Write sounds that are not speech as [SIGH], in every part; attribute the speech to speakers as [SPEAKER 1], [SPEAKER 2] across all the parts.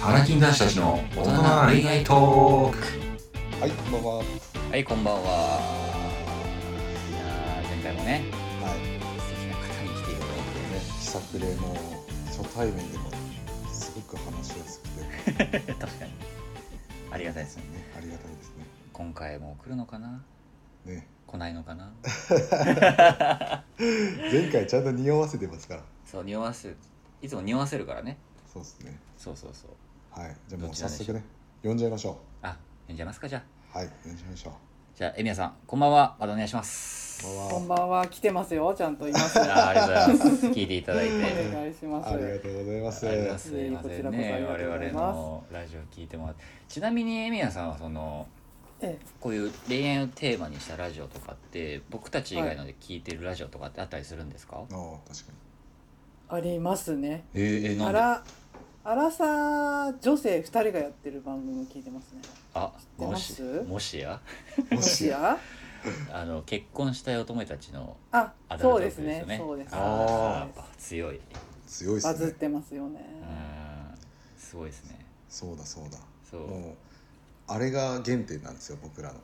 [SPEAKER 1] 花金男子たちの大人な恋愛トーク
[SPEAKER 2] はい、こんばんは。はい。
[SPEAKER 3] はい、こんばんは。いやー、前回もね、素敵な方に来ていただいて、
[SPEAKER 2] ね、気さくでもう初対面でもすごく話しやすくて、ね、
[SPEAKER 3] 確かに。ありがたいですね。
[SPEAKER 4] [LAUGHS]
[SPEAKER 2] ありがたいです
[SPEAKER 3] 今回も来るのかな
[SPEAKER 2] ね。ね、
[SPEAKER 3] 来ないのかな [LAUGHS]
[SPEAKER 2] 前回ちゃんと匂わせてますから。
[SPEAKER 3] そう、匂わす。いつも匂わせるからね。
[SPEAKER 2] そうですね。
[SPEAKER 3] そうそうそう。
[SPEAKER 2] はい、じゃあも
[SPEAKER 3] ど
[SPEAKER 2] う
[SPEAKER 3] ちら
[SPEAKER 2] 早
[SPEAKER 3] でしょう
[SPEAKER 2] 速ね、呼んじゃいましょ
[SPEAKER 3] あ、呼んじゃいますか、じゃあ。
[SPEAKER 2] う。はい、呼んじゃいましょう。
[SPEAKER 3] じゃあ、エミヤさん、こんばんは。またお願いします。
[SPEAKER 2] こんばん
[SPEAKER 4] こんばんは、来てますよ、ちゃんといます。
[SPEAKER 3] [LAUGHS]
[SPEAKER 4] お
[SPEAKER 3] あーありがとうござい
[SPEAKER 4] [LAUGHS]
[SPEAKER 3] ます。聞いていただいて。
[SPEAKER 4] 願いします。
[SPEAKER 2] ありがとうございます。
[SPEAKER 3] ありがとうございます
[SPEAKER 4] いえいえ
[SPEAKER 3] ません
[SPEAKER 4] こちら
[SPEAKER 3] ね
[SPEAKER 4] こそありがとうござ
[SPEAKER 3] 我
[SPEAKER 4] い
[SPEAKER 3] 々
[SPEAKER 4] ます
[SPEAKER 3] のラジオ聞いてもらってちなみにエミヤさんはその
[SPEAKER 4] え
[SPEAKER 3] こういう恋愛をテーマにしたラジオとかって僕たち以外ので聞いてるラジオとかってあったりするんですか、
[SPEAKER 2] ああ、確か
[SPEAKER 4] ありますね。
[SPEAKER 3] えーえーな
[SPEAKER 4] あ
[SPEAKER 3] んで
[SPEAKER 4] ら、あらさ女性二人がやってる番組を聞いてますね。
[SPEAKER 3] あ
[SPEAKER 4] て
[SPEAKER 3] も
[SPEAKER 4] ま
[SPEAKER 3] し
[SPEAKER 4] す
[SPEAKER 3] もしや [LAUGHS]
[SPEAKER 2] に。
[SPEAKER 4] [LAUGHS] もし。や。
[SPEAKER 3] あの結婚したい乙女たちの
[SPEAKER 4] あ
[SPEAKER 3] ア、ダル
[SPEAKER 4] そ
[SPEAKER 3] トー
[SPEAKER 4] うで
[SPEAKER 3] クで
[SPEAKER 4] す
[SPEAKER 3] す
[SPEAKER 4] ね
[SPEAKER 3] よね。
[SPEAKER 4] そうです。
[SPEAKER 3] あーやっ
[SPEAKER 4] そう
[SPEAKER 3] ぱ強い
[SPEAKER 2] 強いで
[SPEAKER 4] ですバ
[SPEAKER 2] す
[SPEAKER 4] ズっ
[SPEAKER 2] ね。
[SPEAKER 4] てますよね。
[SPEAKER 3] うんすごいですね
[SPEAKER 2] そうだそうだ。
[SPEAKER 3] そう
[SPEAKER 2] もうあれが原点なんですよ、僕らの。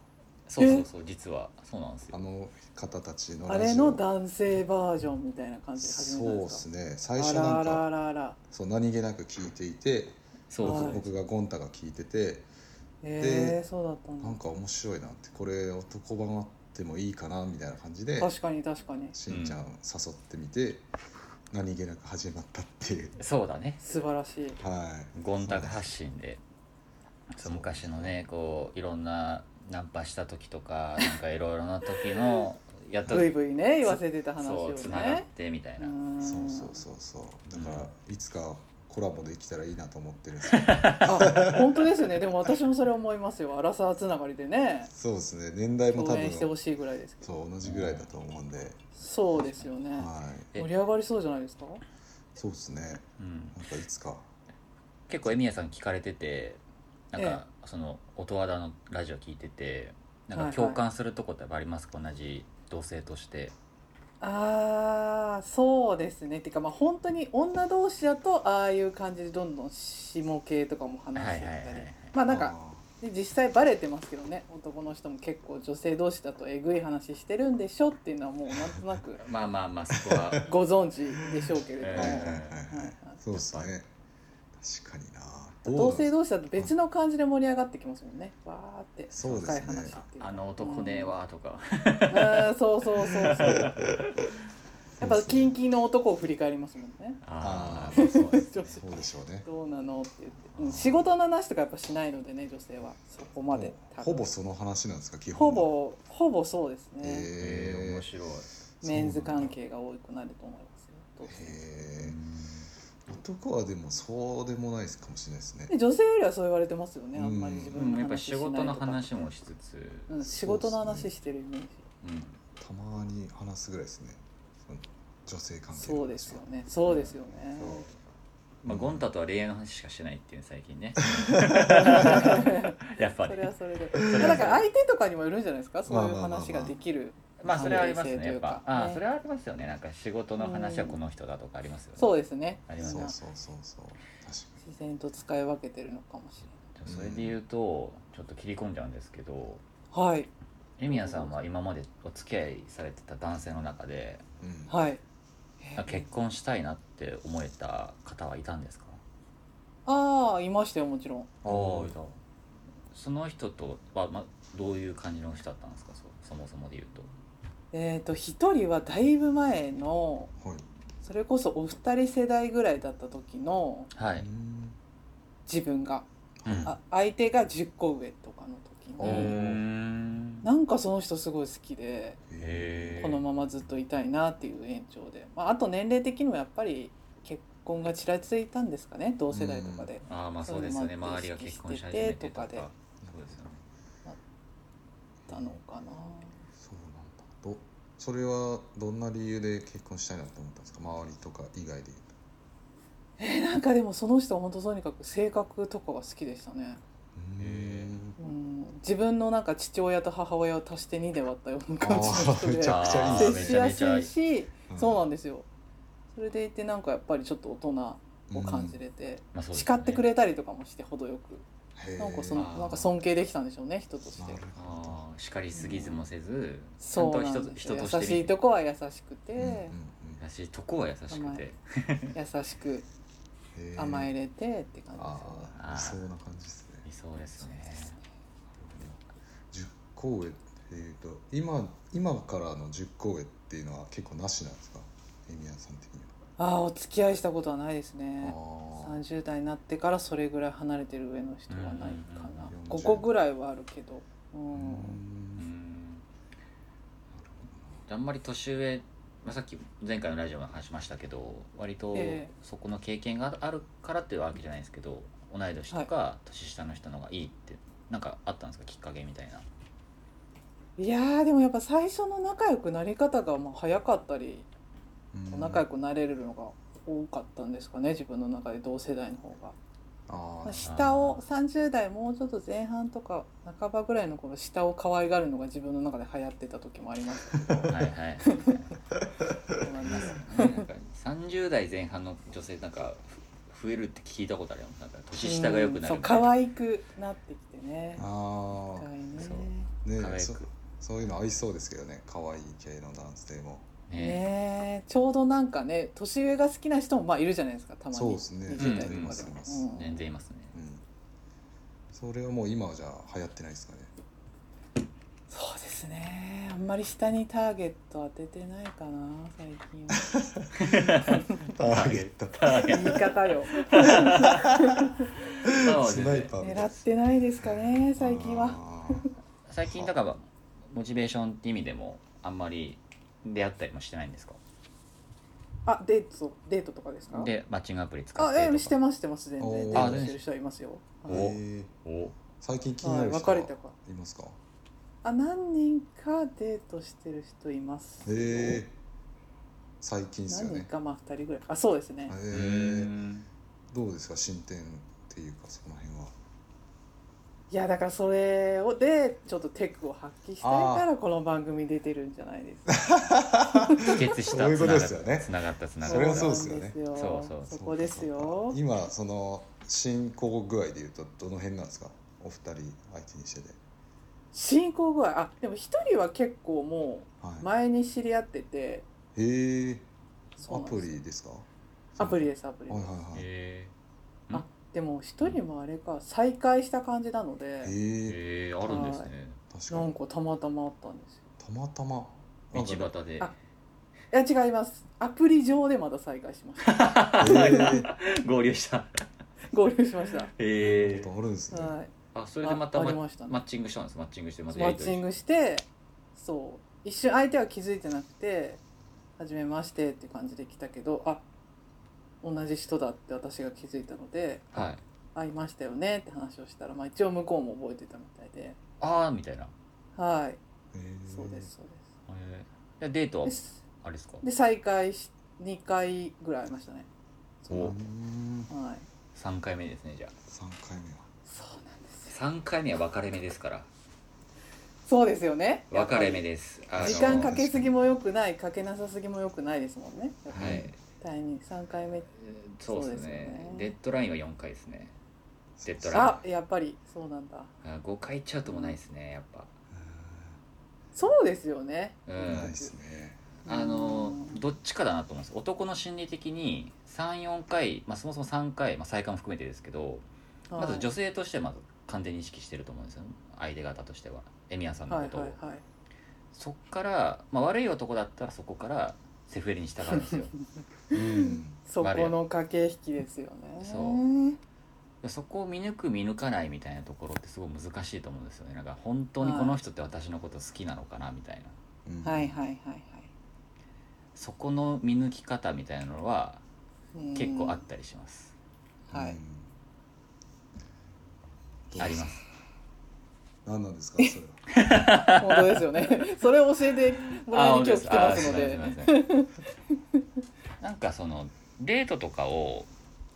[SPEAKER 3] そうそうそう実はそうなんです
[SPEAKER 2] あ
[SPEAKER 3] よ
[SPEAKER 2] の方たちのラ
[SPEAKER 4] あ
[SPEAKER 2] ジオ。
[SPEAKER 4] れの男性バージョンみたいな感じで始め
[SPEAKER 2] そ
[SPEAKER 4] た
[SPEAKER 2] うんで
[SPEAKER 4] ですす
[SPEAKER 2] ね。
[SPEAKER 4] か。
[SPEAKER 2] 最初な
[SPEAKER 4] あ
[SPEAKER 2] ん
[SPEAKER 4] ら
[SPEAKER 2] か
[SPEAKER 4] あらあらあら。
[SPEAKER 2] そう何気なく聞いていて、
[SPEAKER 3] そうそう
[SPEAKER 4] はい
[SPEAKER 2] 僕がゴンタが聞いてて。
[SPEAKER 4] ええ、そうだったん
[SPEAKER 2] なん
[SPEAKER 4] だ。
[SPEAKER 2] か面白いなってこれ男版あってもいいかなみたいな感じで
[SPEAKER 4] 確かに確かに。
[SPEAKER 2] しんちゃん誘ってみて、何気なく始まったっていう
[SPEAKER 3] そうだね
[SPEAKER 4] 素晴らしい。
[SPEAKER 2] はい
[SPEAKER 3] ゴンタク発信でそう昔のねこういろんなナンパした時とかなんかいろいろな時のやった
[SPEAKER 4] [LAUGHS] ブイブイね、言わせてた話
[SPEAKER 3] そ
[SPEAKER 4] を
[SPEAKER 3] うつながっ
[SPEAKER 4] ね。
[SPEAKER 3] てみたいな、
[SPEAKER 4] ん
[SPEAKER 2] そうそうそうそうだから、いつかコラボできたらいいなと思ってるん
[SPEAKER 4] [LAUGHS]
[SPEAKER 2] ですけど
[SPEAKER 4] あ本当ですねでも私もそれ思いますよアラサーつながりでね
[SPEAKER 2] そうですね年代も多
[SPEAKER 4] 応
[SPEAKER 2] 分
[SPEAKER 4] 援してほしいぐらいですけど
[SPEAKER 2] そう同じぐらいだと思うんで、
[SPEAKER 4] そうですよね
[SPEAKER 2] はい
[SPEAKER 3] え
[SPEAKER 4] 盛り上がりそうじゃないですか
[SPEAKER 2] そうですね
[SPEAKER 3] うん、
[SPEAKER 2] なんかいつか
[SPEAKER 3] 結構エミヤさん聞かれててなんか
[SPEAKER 4] え
[SPEAKER 3] その音和田のラジオ聞いててなん
[SPEAKER 4] はい
[SPEAKER 3] か
[SPEAKER 4] はい
[SPEAKER 3] 共感するとこってやっぱありますか同じ同性として
[SPEAKER 4] あーそうですねっていうかまあ本当に女同士だとああいう感じでどんどん下系とかも話して
[SPEAKER 3] はいはい
[SPEAKER 4] た
[SPEAKER 3] はい
[SPEAKER 4] り
[SPEAKER 3] はい
[SPEAKER 4] まあなんか
[SPEAKER 2] あ
[SPEAKER 4] で実際バレてますけどね男の人も結構女性同士だとえぐい話してるんでしょっていうのはもうなんとなく
[SPEAKER 3] まあまあまあそこ
[SPEAKER 4] [LAUGHS]
[SPEAKER 3] は
[SPEAKER 4] ご存知でしょうけれど
[SPEAKER 3] え
[SPEAKER 4] も、
[SPEAKER 3] ー
[SPEAKER 2] ーはいはいはい
[SPEAKER 4] はいはい
[SPEAKER 2] はいそうですね確かになどうなん
[SPEAKER 4] 同性同士だと別の感じで盛り上がってきますもんね。わーって
[SPEAKER 2] そうですね
[SPEAKER 4] 深い話っていうか
[SPEAKER 3] あの男ねえ。わとか
[SPEAKER 4] うんそうそうそうそう。や
[SPEAKER 2] そ
[SPEAKER 4] っ
[SPEAKER 2] うで
[SPEAKER 4] ぱ
[SPEAKER 2] すね
[SPEAKER 4] キンキンの男を振り返りますもんね。
[SPEAKER 3] あ
[SPEAKER 2] あ
[SPEAKER 3] ーそうですね
[SPEAKER 2] そうでしょうね
[SPEAKER 4] どうなのって言って、うん、仕事の話とかやっぱしないのでね女性はそこまで。
[SPEAKER 2] ほぼその話なんですか基
[SPEAKER 4] ほ
[SPEAKER 2] 本は
[SPEAKER 4] ぼほぼそうですね。
[SPEAKER 3] えー、
[SPEAKER 2] へ
[SPEAKER 3] 面白い、
[SPEAKER 2] え
[SPEAKER 4] メンズ関係が多くなると思いますよ同性。
[SPEAKER 2] へ
[SPEAKER 3] うん
[SPEAKER 2] え男はでもそうでもないですかもしれないですね
[SPEAKER 4] で女性よりはそう言われてますよね。あんまり自
[SPEAKER 3] う
[SPEAKER 4] 分
[SPEAKER 3] ん、
[SPEAKER 4] の
[SPEAKER 3] やっぱ
[SPEAKER 4] 話し
[SPEAKER 3] 仕
[SPEAKER 4] ないとか。
[SPEAKER 3] 事の話もしつつ、
[SPEAKER 4] うん仕事の話してるイメージ。
[SPEAKER 3] うん、
[SPEAKER 2] たまに話すぐらいですねその女性関係の話は
[SPEAKER 4] そうですよね。そうですよね。
[SPEAKER 3] まあ、ゴンタとは恋愛の話しかしてないっていうね最
[SPEAKER 4] [LAUGHS]
[SPEAKER 3] 近ねやっぱ
[SPEAKER 4] そ
[SPEAKER 3] り
[SPEAKER 4] れはそれで。だから相手とかにもよるんじゃないですか。そうい
[SPEAKER 2] まあ
[SPEAKER 4] う
[SPEAKER 2] まあまあまあ
[SPEAKER 4] 話ができる。
[SPEAKER 3] まあそれはあります
[SPEAKER 4] 関係
[SPEAKER 3] ね
[SPEAKER 4] 性
[SPEAKER 3] や
[SPEAKER 4] とい
[SPEAKER 3] っ
[SPEAKER 4] うか
[SPEAKER 3] ぱああ
[SPEAKER 4] ね
[SPEAKER 3] それはありますよねなんか仕事の話はこの人だとかありますよね、
[SPEAKER 4] そう
[SPEAKER 3] で
[SPEAKER 4] ですね。
[SPEAKER 3] あります
[SPEAKER 2] そう
[SPEAKER 3] ね
[SPEAKER 2] そうそうそう確か
[SPEAKER 4] 自然と使い分けてるのかもし
[SPEAKER 3] もそれで言うとちょっと切り込んじゃうんですけど
[SPEAKER 4] れない。はい。
[SPEAKER 3] エミヤさんは今までお付き合いされてた男性の中で
[SPEAKER 2] にうん
[SPEAKER 4] はい。
[SPEAKER 3] あ結婚したいなって思えた方はいたんですか
[SPEAKER 4] ああ、いましたよ、もちろん。
[SPEAKER 2] おーい
[SPEAKER 3] たその人とは、まあ、どういう感じの人だったんですかそそもそもで言うと
[SPEAKER 4] えっ、と、一人はだいぶ前の、
[SPEAKER 2] はい
[SPEAKER 4] それこそお二人世代ぐらいだった時の
[SPEAKER 3] は
[SPEAKER 2] う
[SPEAKER 3] い、
[SPEAKER 2] ん
[SPEAKER 4] 自分が、
[SPEAKER 3] うん
[SPEAKER 4] あ相手が10個上とかの時
[SPEAKER 2] おー
[SPEAKER 4] に、
[SPEAKER 3] ん
[SPEAKER 4] なんかその人すごい好きで、
[SPEAKER 3] へえ
[SPEAKER 4] このままずっといたいなっていう延長で、まあ、あと年齢的にもやっぱり結婚がちらついたんですかね同世代とかで、
[SPEAKER 3] ああまあそうですよね
[SPEAKER 4] そういうのもあ
[SPEAKER 3] 周
[SPEAKER 4] って
[SPEAKER 3] りが結婚し始めてとか
[SPEAKER 4] しててとか
[SPEAKER 3] そうですよね
[SPEAKER 4] だのか
[SPEAKER 2] そ
[SPEAKER 4] な
[SPEAKER 2] うなんだどそれはどんな理由で結婚したいなと思ったんですか周りとか以外で言う
[SPEAKER 4] えなんかでもその人は本当とにかく性格とかが好きでしたね、
[SPEAKER 2] と
[SPEAKER 3] へ
[SPEAKER 4] うん、自分のなんか父親と母親を足して2で割ったような感じの
[SPEAKER 2] [LAUGHS]
[SPEAKER 4] 人
[SPEAKER 2] あーめちゃ
[SPEAKER 4] で
[SPEAKER 2] くち
[SPEAKER 4] [LAUGHS]
[SPEAKER 2] ゃい
[SPEAKER 3] あ
[SPEAKER 2] い
[SPEAKER 3] ー
[SPEAKER 4] 接しやすいし、
[SPEAKER 2] うん
[SPEAKER 4] そうなんですよそれでいてなんかやっぱりちょっと大人を感じれて、
[SPEAKER 3] まあそうですね
[SPEAKER 4] 叱ってくれたりとかもして程よく、
[SPEAKER 2] へー
[SPEAKER 4] なんかそ
[SPEAKER 3] あー
[SPEAKER 4] のなんか尊敬できたんでしょうね人とし
[SPEAKER 2] な
[SPEAKER 4] て
[SPEAKER 2] るほど
[SPEAKER 3] ああ叱りすぎずもせずちゃん
[SPEAKER 4] そ
[SPEAKER 3] と
[SPEAKER 4] うな
[SPEAKER 3] 人
[SPEAKER 4] ん
[SPEAKER 3] と
[SPEAKER 4] です
[SPEAKER 3] 人
[SPEAKER 4] よ
[SPEAKER 3] と
[SPEAKER 4] 優
[SPEAKER 3] して
[SPEAKER 4] しいと
[SPEAKER 3] こ
[SPEAKER 4] こは優しくて、
[SPEAKER 2] うんうんうん
[SPEAKER 3] 優しいとこは優しく
[SPEAKER 4] 甘
[SPEAKER 3] て
[SPEAKER 4] い優しく
[SPEAKER 2] へー
[SPEAKER 4] 甘えれてって感
[SPEAKER 2] あ
[SPEAKER 3] あー
[SPEAKER 2] あ理想な感じですね
[SPEAKER 3] 理想ですね
[SPEAKER 2] 10公演っていうと今今からの10公演っていうのは結構なしなんですかエミヤさん的に
[SPEAKER 4] じですねああお付き合いしたことはないですね
[SPEAKER 2] はあ
[SPEAKER 4] 30代になってからそれぐらい離れてる上の人はないかな
[SPEAKER 2] うんうんうん
[SPEAKER 4] 5個ぐらいはあるけど、う
[SPEAKER 2] あ
[SPEAKER 4] ん
[SPEAKER 3] うんあんまり年上、まあ、さっき前回のラジオも話しましたけど割と
[SPEAKER 4] ええ
[SPEAKER 3] そこの経験があるからっていうわけじゃないんですけど同い年とか年下の人の方がいいってなんかあったんですかきっかけみたいな。
[SPEAKER 4] いやーでもやっぱ最初の仲良くなり方がまあ早かったり仲良くなれるのが多かったんですかね自分の中で同世代の方が。
[SPEAKER 2] あ
[SPEAKER 4] まあ
[SPEAKER 2] ー
[SPEAKER 4] 下を30代もうちょっと前半とか半ばぐらいの頃下を可愛がるのが自分の中で流行ってた時もありますけど
[SPEAKER 3] はいはい
[SPEAKER 4] そうなんです
[SPEAKER 3] なんか30代前半の女性なんかふ増えるって聞いたことあるよなんか年下が良くなる
[SPEAKER 4] う
[SPEAKER 3] み
[SPEAKER 4] んそう
[SPEAKER 3] たい
[SPEAKER 4] 可
[SPEAKER 3] な
[SPEAKER 4] 愛くなってきてね
[SPEAKER 2] あ
[SPEAKER 4] 可
[SPEAKER 2] ー
[SPEAKER 4] 愛いね
[SPEAKER 3] そう
[SPEAKER 2] ね
[SPEAKER 3] 輝
[SPEAKER 2] そ
[SPEAKER 3] く
[SPEAKER 2] そういうの合いそうですけどね可愛い系の男性も
[SPEAKER 3] ね
[SPEAKER 4] ねえちょうどなんかね年上が好きな人もまあいるじゃないですかたまに
[SPEAKER 2] そうですね
[SPEAKER 4] 20代
[SPEAKER 3] うんいま
[SPEAKER 4] とか
[SPEAKER 2] す
[SPEAKER 4] で
[SPEAKER 2] い
[SPEAKER 4] も
[SPEAKER 2] ます
[SPEAKER 4] うん
[SPEAKER 3] 全然い [LAUGHS] ますね
[SPEAKER 2] うんそれはもう今はじゃあ流行ってないですかね
[SPEAKER 4] そうですねあんまり下にターゲット当ててないかな最近は。
[SPEAKER 2] ターゲット
[SPEAKER 4] [LAUGHS] 言い方よ
[SPEAKER 2] スナイパーみたい
[SPEAKER 4] 狙
[SPEAKER 2] な
[SPEAKER 4] ってないですかね最近は
[SPEAKER 2] あー
[SPEAKER 3] 最近だからモチベーションって意味でもあんまり出会ったりもしてないんですか
[SPEAKER 4] あデートデートとかですか
[SPEAKER 3] でマッチングアプリ使っ
[SPEAKER 4] あ
[SPEAKER 3] て
[SPEAKER 4] え
[SPEAKER 3] とか
[SPEAKER 4] してますしてます全
[SPEAKER 2] おー
[SPEAKER 4] 然デートしてる人はいますよ [LAUGHS]
[SPEAKER 3] お
[SPEAKER 4] はい
[SPEAKER 2] へー
[SPEAKER 3] お
[SPEAKER 2] 最近気に
[SPEAKER 4] は
[SPEAKER 2] ないる人
[SPEAKER 4] 別れた
[SPEAKER 2] は
[SPEAKER 4] か
[SPEAKER 2] いますか
[SPEAKER 4] あ何人かデートしてる人います
[SPEAKER 2] へえ最近ですよ
[SPEAKER 4] 何
[SPEAKER 2] ね
[SPEAKER 4] 人かまあ2人ぐらいあそうですね
[SPEAKER 2] へ
[SPEAKER 3] う
[SPEAKER 2] え
[SPEAKER 3] ん
[SPEAKER 2] どうですか進展っていうかそこの辺はい
[SPEAKER 4] やだからそれをでちょっとテクを発揮したいからこの番組出てるんじゃないですか
[SPEAKER 3] 帰結した
[SPEAKER 2] そういうことですよね
[SPEAKER 3] つながったつな
[SPEAKER 2] [LAUGHS] そ
[SPEAKER 3] が
[SPEAKER 2] れ
[SPEAKER 3] っ
[SPEAKER 2] は
[SPEAKER 3] た
[SPEAKER 2] そうですよね
[SPEAKER 4] そう
[SPEAKER 3] そ
[SPEAKER 4] そう
[SPEAKER 3] そう
[SPEAKER 4] そこです
[SPEAKER 2] そう
[SPEAKER 4] よ
[SPEAKER 2] か今その進行具合でいうとどの辺なんですかお二人相手にしてて
[SPEAKER 4] 進行具合あでも一人は結構もう
[SPEAKER 2] は
[SPEAKER 4] 前に知り合ってて
[SPEAKER 2] いへえ
[SPEAKER 4] そ
[SPEAKER 2] ア
[SPEAKER 4] うなん
[SPEAKER 2] プ
[SPEAKER 4] です
[SPEAKER 2] リですか
[SPEAKER 4] アプリですアプリ
[SPEAKER 2] はい
[SPEAKER 4] です
[SPEAKER 2] はいはい
[SPEAKER 3] へ
[SPEAKER 4] でも一人もあれか再会した感じなので
[SPEAKER 3] え
[SPEAKER 2] へ
[SPEAKER 3] へ
[SPEAKER 2] え
[SPEAKER 3] えあるんですね
[SPEAKER 2] 確
[SPEAKER 4] な
[SPEAKER 2] か
[SPEAKER 4] ん
[SPEAKER 2] に
[SPEAKER 4] かたまたまあったんですよ
[SPEAKER 2] たまたま
[SPEAKER 3] 道
[SPEAKER 2] なんか
[SPEAKER 3] 端で
[SPEAKER 4] あいや違いますアプリ上でまだ再会しました
[SPEAKER 2] へ
[SPEAKER 3] [LAUGHS]
[SPEAKER 2] え
[SPEAKER 3] 合流した
[SPEAKER 4] 合流しました
[SPEAKER 3] へえ
[SPEAKER 2] ことあるんですね
[SPEAKER 4] は
[SPEAKER 3] あそ
[SPEAKER 4] い
[SPEAKER 3] れでまた
[SPEAKER 4] ああ
[SPEAKER 3] マ
[SPEAKER 4] り
[SPEAKER 3] ッ
[SPEAKER 4] ましたね
[SPEAKER 3] マッチングしたんですマッチングしてまた
[SPEAKER 4] マ
[SPEAKER 3] やり
[SPEAKER 4] ッ
[SPEAKER 3] と
[SPEAKER 4] チ
[SPEAKER 3] り
[SPEAKER 4] ングしてそう一瞬相手は気づいてなくて「はじめまして」って感じで来たけどあ同じ人だって私が気づいたので「
[SPEAKER 3] はい
[SPEAKER 4] 会いましたよね」って話をしたら、まあ、一応向こうも覚えてたみたいで
[SPEAKER 3] ああみたいな
[SPEAKER 4] はい
[SPEAKER 2] へー
[SPEAKER 4] そうですそうです
[SPEAKER 3] へえでデートは
[SPEAKER 4] です
[SPEAKER 3] あれですか
[SPEAKER 4] で再会し2回ぐらいありましたね
[SPEAKER 2] うーん
[SPEAKER 4] はい
[SPEAKER 3] 3回目ですねじゃあ
[SPEAKER 2] 三回目は
[SPEAKER 4] そうなんですよ
[SPEAKER 3] 3回目は別れ目ですから
[SPEAKER 4] そうですよねや
[SPEAKER 3] 分
[SPEAKER 4] っぱ
[SPEAKER 3] か
[SPEAKER 4] り
[SPEAKER 3] れ目ですあの
[SPEAKER 4] 時間かけすぎも良くないかけなさすぎも良くないですもんねやっぱ
[SPEAKER 3] はい
[SPEAKER 4] 第2 3回目
[SPEAKER 3] そうですね
[SPEAKER 4] そうですよね
[SPEAKER 3] デッドラインは4回ですねデッドラ
[SPEAKER 4] あやっぱりそうなんだ
[SPEAKER 3] インあ5回いっちゃうともないですねやっぱ
[SPEAKER 4] そうですよね
[SPEAKER 3] う
[SPEAKER 2] うん
[SPEAKER 3] ん
[SPEAKER 2] ないです
[SPEAKER 4] [LAUGHS]
[SPEAKER 2] ね
[SPEAKER 3] あの
[SPEAKER 4] うん
[SPEAKER 3] どっちかだなと思うんです男の心理的に34回、まあ、そもそも3回、まあ、再婚も含めてですけどまず女性としてはまず完全に意識してると思うんですよ相手方としてはエミヤさんの
[SPEAKER 4] はい
[SPEAKER 3] ことを、
[SPEAKER 4] はいはい
[SPEAKER 3] そっから、まあ、悪い男だったらそこからセフレに従うん
[SPEAKER 4] [LAUGHS]
[SPEAKER 3] ですよ
[SPEAKER 2] うん
[SPEAKER 4] そこの駆け引きですよね
[SPEAKER 3] そうそこを見抜く見抜かないみたいなところってすごい難しいと思うんですよねなんか本当にこの人って私のこと好きなのかなみたいな
[SPEAKER 2] うん
[SPEAKER 4] はいはいはいはい
[SPEAKER 3] そこの見抜き方みたいなのは
[SPEAKER 4] うん
[SPEAKER 3] 結構あったりします、
[SPEAKER 4] はい
[SPEAKER 2] うん
[SPEAKER 3] あります
[SPEAKER 2] 何なんですかそれは
[SPEAKER 4] 本当です
[SPEAKER 3] [LAUGHS]
[SPEAKER 4] よねそれを教えてもらいに今日来てますの
[SPEAKER 3] あ
[SPEAKER 4] で
[SPEAKER 3] 本当ですあすいませんすいませんなんかそのデートとかを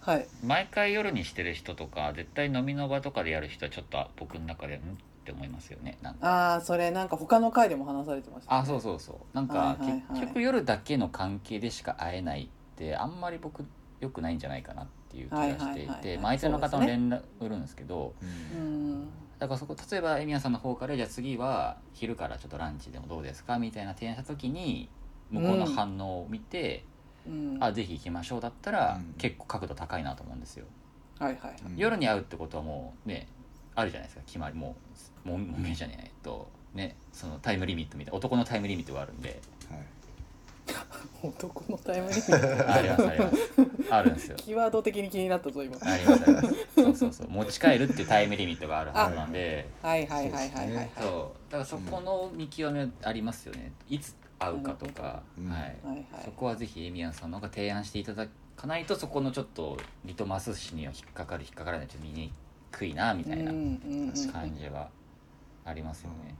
[SPEAKER 4] はい
[SPEAKER 3] 毎回夜にしてる人とか絶対飲みの場とかでやる人はちょっと僕の中でんって思いますよねなんか
[SPEAKER 4] ああそれなんか他の回でも話されてました
[SPEAKER 3] あそうそうそうなん
[SPEAKER 4] は
[SPEAKER 3] か
[SPEAKER 4] いはいはい
[SPEAKER 3] 結局夜だけの関係でしか会えないってあんまり僕良くないんじゃないかなっっていう気がしてい
[SPEAKER 4] はいはいはいは
[SPEAKER 3] て
[SPEAKER 4] い
[SPEAKER 3] まあ相手の方
[SPEAKER 4] そう
[SPEAKER 3] の
[SPEAKER 4] です
[SPEAKER 3] 連絡売るんですけど
[SPEAKER 2] うん
[SPEAKER 4] うん
[SPEAKER 3] だからそこ例えばエミヤさんの方からじゃあ次は昼からちょっとランチでもどうですかみたいな提案した時に向こうの反応を見て、
[SPEAKER 4] うん
[SPEAKER 3] あ
[SPEAKER 4] はい
[SPEAKER 3] ぜひ行きましょうだったら、
[SPEAKER 2] うん
[SPEAKER 3] 結構角度高いなと思うんですよ、
[SPEAKER 4] はいはい
[SPEAKER 2] うん
[SPEAKER 3] 夜に会うってことはもうねあるじゃないですか決まりもうもうもう目じゃねえっとねそのタイムリミットみたいな男のタイムリミットがあるんで
[SPEAKER 2] はい
[SPEAKER 4] 男のタイムリミッ
[SPEAKER 3] [LAUGHS] ありますありますあるんですよ
[SPEAKER 4] トキーワード的に気になったぞ今
[SPEAKER 3] ありますありますそうそうそう持ち帰るっていうタイムリミットがあるはずなんで
[SPEAKER 4] はいはいはいはいはい、はい
[SPEAKER 3] そうだからそこの見極めありますよねいつ会うかとか、
[SPEAKER 2] うん
[SPEAKER 3] はい、
[SPEAKER 4] はいはい
[SPEAKER 3] そこはぜひエミヤンさんの方が提案していただかないとそこのちょっとリトマス紙には引っかかる引っかからないちょっと見にくいなみたいな
[SPEAKER 4] うんうんうん
[SPEAKER 3] 感じはありますよね、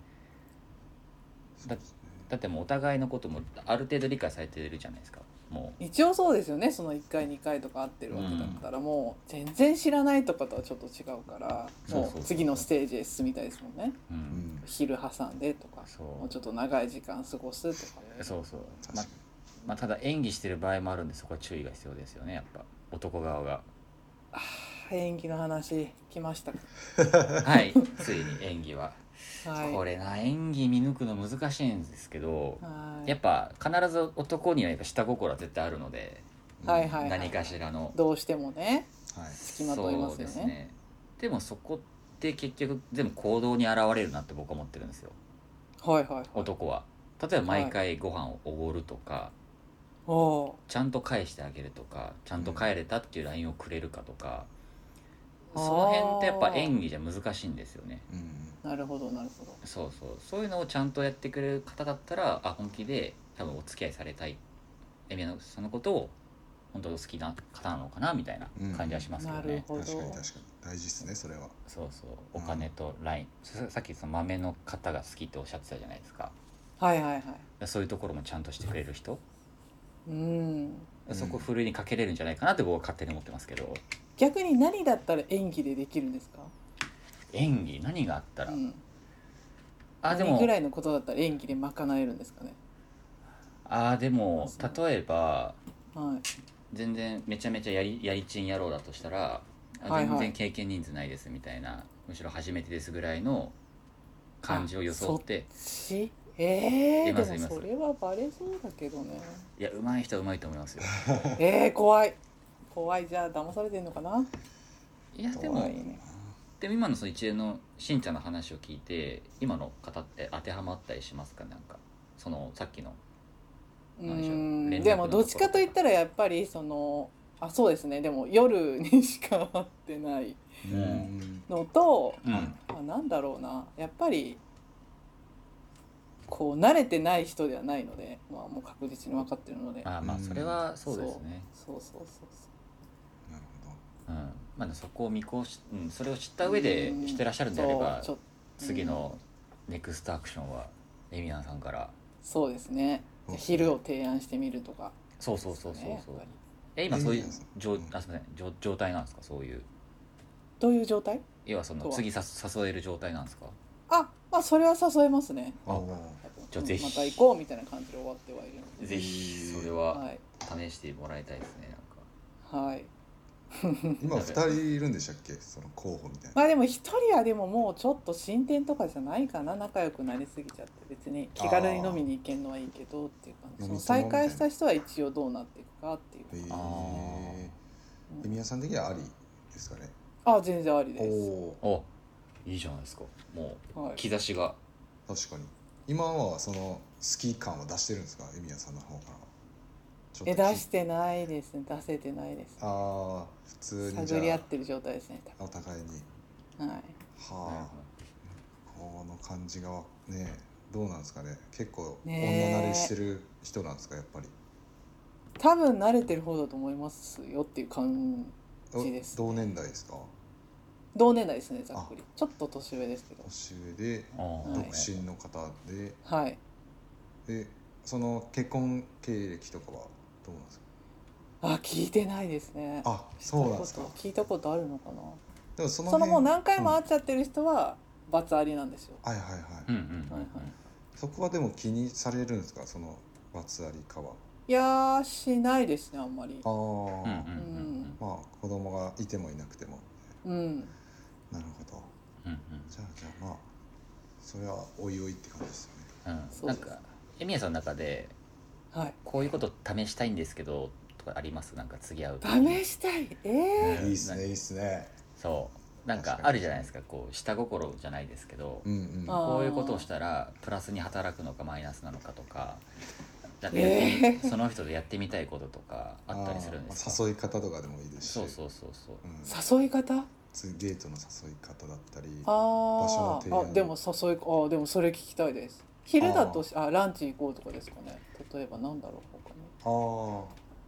[SPEAKER 2] そうですね
[SPEAKER 3] だってもうお互いのこともある程度理解されてるじゃないですかも
[SPEAKER 4] 一応そうですよねその1回2回とか会ってるわけだったら、もう全然知らないとかとはちょっと違うから
[SPEAKER 3] そうそう
[SPEAKER 4] も
[SPEAKER 3] そう
[SPEAKER 4] う次のステージへ進みたいですもんね
[SPEAKER 3] う、う
[SPEAKER 2] うんん
[SPEAKER 4] 昼挟んでとか
[SPEAKER 3] そう
[SPEAKER 4] もうちょっと長い時間過ごすとか
[SPEAKER 3] そうそう
[SPEAKER 2] 確
[SPEAKER 3] ま
[SPEAKER 2] かに
[SPEAKER 3] まあただ演技してる場合もあるんでそこは注意が必要ですよねやっぱ男側が [LAUGHS]
[SPEAKER 4] 演技の話来ました
[SPEAKER 3] はいついに演技は、
[SPEAKER 4] はい
[SPEAKER 3] これな演技見抜くの難しいんですけど、
[SPEAKER 4] はい
[SPEAKER 3] やっぱ必ず男にはやっぱ下心は絶対あるので、
[SPEAKER 4] はいはい
[SPEAKER 3] 何かしらの
[SPEAKER 4] どうしてもね
[SPEAKER 2] はい
[SPEAKER 4] 付きまといますよね
[SPEAKER 3] そうでもそこって結局全部行動に現れるなって僕は思ってるんですよ
[SPEAKER 4] はいはい
[SPEAKER 3] 男は例えば毎回ご飯をおごるとか、
[SPEAKER 4] おー
[SPEAKER 3] ちゃんと返してあげるとかちゃんと帰れたっていう LINE をくれるかとか、
[SPEAKER 4] あー
[SPEAKER 3] その辺ってやっぱ演技じゃ難しいんですよね
[SPEAKER 2] うん
[SPEAKER 4] なるほどなるほど
[SPEAKER 3] そうそうそういうのをちゃんとやってくれる方だったらあ本気で多分お付き合いされたいエミヤのそのことを本当好きな方なのかなみたいな感じはしますけどね、
[SPEAKER 4] うんなるほ
[SPEAKER 2] う
[SPEAKER 4] ど
[SPEAKER 2] ん確かに確かに大事ですねそれは
[SPEAKER 3] そうそうお金と LINE、ささっきその豆の方が好きっておっしゃってたじゃないですか
[SPEAKER 4] はいはいはい
[SPEAKER 3] そういうところもちゃんとしてくれる人、
[SPEAKER 4] う
[SPEAKER 2] う
[SPEAKER 4] ん
[SPEAKER 2] ん
[SPEAKER 3] そこふるいにかけれるんじゃないかなって僕は勝手に思ってますけど
[SPEAKER 4] 逆に何だったら演技でできるんですか、
[SPEAKER 3] 演技何があったら、
[SPEAKER 4] うん、
[SPEAKER 3] あで
[SPEAKER 4] 何ぐ
[SPEAKER 3] も
[SPEAKER 4] らいのことだったら演技で賄えるんですかね
[SPEAKER 3] あでも例えば
[SPEAKER 4] はい
[SPEAKER 3] 全然めちゃめちゃやりやりちん野郎だとしたらあ
[SPEAKER 4] はいは
[SPEAKER 3] 全然
[SPEAKER 4] い
[SPEAKER 3] 経験人数ないですみたいな、むしろ初めてですぐらいの感じを装って
[SPEAKER 4] しえ
[SPEAKER 3] い
[SPEAKER 4] ー、
[SPEAKER 3] ま
[SPEAKER 4] です
[SPEAKER 3] いま
[SPEAKER 4] も
[SPEAKER 3] す
[SPEAKER 4] それはバレそうだけどね
[SPEAKER 3] いや上手い人は上手いと思います
[SPEAKER 4] [LAUGHS]
[SPEAKER 3] よ
[SPEAKER 4] えー、怖い怖いじゃあ騙されてんのかない
[SPEAKER 3] やで
[SPEAKER 4] 怖
[SPEAKER 3] も
[SPEAKER 4] いね
[SPEAKER 3] でも今のその一連のしんちゃんの話を聞いて今の方って当てはまったりしますかなんかそのさっきの
[SPEAKER 4] う
[SPEAKER 3] なんでしょうん連絡
[SPEAKER 4] でも
[SPEAKER 3] の
[SPEAKER 4] どっちかといったらやっぱりそのあそうですねでも夜にしか会ってない
[SPEAKER 2] うん
[SPEAKER 4] のと
[SPEAKER 3] うん、
[SPEAKER 4] まあ、なんだろうなやっぱりこう慣れてない人ではないので、まあ、もう確実に分かってるので
[SPEAKER 3] まあまあ
[SPEAKER 2] うん
[SPEAKER 3] それはそうですね
[SPEAKER 4] そうそうそうそう
[SPEAKER 2] なるほど
[SPEAKER 3] うんまあそこを見越し、うん、それを知った上で
[SPEAKER 4] うん
[SPEAKER 3] してらっしゃるんであれば
[SPEAKER 4] そうちょ
[SPEAKER 3] 次のネクストアクションはエミナンさんから
[SPEAKER 4] そうですね
[SPEAKER 2] そうですね
[SPEAKER 4] 昼を提案してみるとか
[SPEAKER 3] そうそうそうそう
[SPEAKER 4] ですね
[SPEAKER 3] そう、
[SPEAKER 4] やっぱり
[SPEAKER 3] え今そうい
[SPEAKER 2] エ
[SPEAKER 3] う
[SPEAKER 2] ミナンさん
[SPEAKER 3] 状
[SPEAKER 2] うん
[SPEAKER 3] あすみません状状態なんですかそういう
[SPEAKER 4] どういう状態
[SPEAKER 3] 要はその
[SPEAKER 4] とは
[SPEAKER 3] 次さ誘える状態なんですか
[SPEAKER 4] あまあそれは誘えますね
[SPEAKER 2] あー
[SPEAKER 4] 多分
[SPEAKER 3] じゃあぜひ
[SPEAKER 4] また行こうみたいな感じで終わってはいるので
[SPEAKER 3] ぜひそれは
[SPEAKER 4] はい
[SPEAKER 3] 試してもらいたいですねなんか
[SPEAKER 4] はい
[SPEAKER 2] 今二人いるんでしたっけその候補みたいな
[SPEAKER 4] まあでも一人はでももうちょっと進展とかじゃないかな仲良くなりすぎちゃって別に気軽に飲みに行けるのはいいけどっていう感じ
[SPEAKER 2] 飲み
[SPEAKER 4] その
[SPEAKER 2] 友み
[SPEAKER 4] 再
[SPEAKER 2] たいな
[SPEAKER 4] 会した人は一応どうなっていくかっていう
[SPEAKER 2] え
[SPEAKER 3] あ
[SPEAKER 2] ー、宮さん的にはありですかね
[SPEAKER 4] あ全然あり
[SPEAKER 2] お
[SPEAKER 4] です
[SPEAKER 2] お
[SPEAKER 3] おいいじゃないですかも
[SPEAKER 4] は
[SPEAKER 3] う
[SPEAKER 4] い
[SPEAKER 3] 兆しが
[SPEAKER 2] ー確かに今はその好き感は出してるんですか宮さんの方からちょっと
[SPEAKER 4] え出してないですね出せてないです
[SPEAKER 2] ああ普通にじゃ
[SPEAKER 4] 探り合
[SPEAKER 2] あ
[SPEAKER 4] ってる状態ですね多
[SPEAKER 2] お互いに
[SPEAKER 4] 分はい
[SPEAKER 2] はあこの感じがねどうなんですかね結構女
[SPEAKER 4] ねえ
[SPEAKER 2] 慣れしてる人なんですかやっぱり
[SPEAKER 4] 多分慣れてる方だと思いますよっていう感
[SPEAKER 2] お
[SPEAKER 4] いいですね
[SPEAKER 2] 同年代ですか
[SPEAKER 4] 同年代ですねざっくりちょっと年上ですけど
[SPEAKER 2] 年上で
[SPEAKER 3] うん
[SPEAKER 2] 独身の方で、
[SPEAKER 4] はい
[SPEAKER 2] でその結婚経歴とかはどうなんですか
[SPEAKER 4] あ聞いてないですね
[SPEAKER 2] あそうなんですか
[SPEAKER 4] 聞いたことあるのかな
[SPEAKER 2] でもその
[SPEAKER 4] その
[SPEAKER 2] 辺
[SPEAKER 4] もう何回も会っちゃってる人は罰ありなんですよ
[SPEAKER 2] はいはいはい、
[SPEAKER 3] うんうんうん
[SPEAKER 4] はいはい
[SPEAKER 2] そこはでも気にされるんですかその罰ありかはい
[SPEAKER 4] やーしないですねあんまり
[SPEAKER 2] ああ、
[SPEAKER 3] うんうんうん
[SPEAKER 4] うん
[SPEAKER 2] まあ子供がいてもいなくても
[SPEAKER 4] うん
[SPEAKER 2] なるほど
[SPEAKER 3] うん
[SPEAKER 2] じゃあじゃあまあそれはおいおいって感じですよね
[SPEAKER 3] うんうん
[SPEAKER 4] そう
[SPEAKER 3] な
[SPEAKER 4] で
[SPEAKER 3] ん
[SPEAKER 4] す
[SPEAKER 3] かエミヤさんの中で
[SPEAKER 4] はい
[SPEAKER 3] こういうこと試したいんですけどとかありますなんか次会う時に
[SPEAKER 4] 試したいええ
[SPEAKER 3] うん
[SPEAKER 2] いいっすねいいっすね
[SPEAKER 3] そうなんか
[SPEAKER 2] 確かに
[SPEAKER 3] あるじゃないですかこう下心じゃないですけど、
[SPEAKER 2] うんうん
[SPEAKER 4] あ
[SPEAKER 3] こういうことをしたらプラスに働くのかマイナスなのかとかなんかやってみ
[SPEAKER 4] え
[SPEAKER 3] その人でやってみたいこととかあったりするんです
[SPEAKER 2] あー
[SPEAKER 3] か
[SPEAKER 2] 誘い方とかでもいいですし
[SPEAKER 3] そうそうそうそう
[SPEAKER 2] うん、
[SPEAKER 4] 誘い方
[SPEAKER 2] つデートの誘い方だったり所
[SPEAKER 4] あ
[SPEAKER 2] の提
[SPEAKER 4] ー
[SPEAKER 2] 案
[SPEAKER 4] あでも誘いあでもそれ聞きたいです昼だとしあランチ行こうとかですかね例えばなんだろう他に
[SPEAKER 2] あー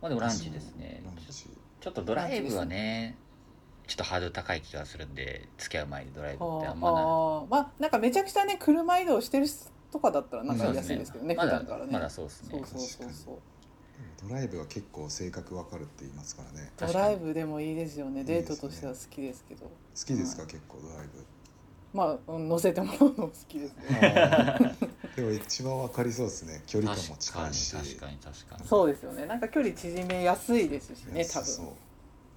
[SPEAKER 3] まあでもランチですね
[SPEAKER 2] ランチ
[SPEAKER 3] ちょちょっとドライブはねちょっとハードル高い気がするんで付き合う前にドライブってあんまない
[SPEAKER 4] ああまあなんかめちゃくちゃね車移動してる人とかだったらなんか
[SPEAKER 3] そうで
[SPEAKER 4] 言いや
[SPEAKER 3] す
[SPEAKER 4] すいですけどね
[SPEAKER 3] ま
[SPEAKER 4] 普
[SPEAKER 3] だ
[SPEAKER 4] 段からね、
[SPEAKER 3] まだそうですね
[SPEAKER 4] そうそうそうそう
[SPEAKER 2] ドライブは結構性格わかるって言いますからね
[SPEAKER 4] ド
[SPEAKER 3] 確かに
[SPEAKER 4] ライブでもいいですよね
[SPEAKER 2] いいで
[SPEAKER 4] デ
[SPEAKER 2] す
[SPEAKER 4] ー
[SPEAKER 2] ね
[SPEAKER 4] トとしては好きですけど
[SPEAKER 2] 好きですか、
[SPEAKER 4] う
[SPEAKER 2] 結構ドライ
[SPEAKER 3] [LAUGHS]
[SPEAKER 2] ブ
[SPEAKER 4] まあうん乗せてもらうのも好きですね
[SPEAKER 2] でも一番わかりそうですね距離感も
[SPEAKER 3] 確か
[SPEAKER 2] 近い
[SPEAKER 3] に
[SPEAKER 2] し
[SPEAKER 3] 確かに確かに
[SPEAKER 4] そうですよねなんか距離縮めやすいですしね多
[SPEAKER 2] そう
[SPEAKER 4] 分
[SPEAKER 2] そ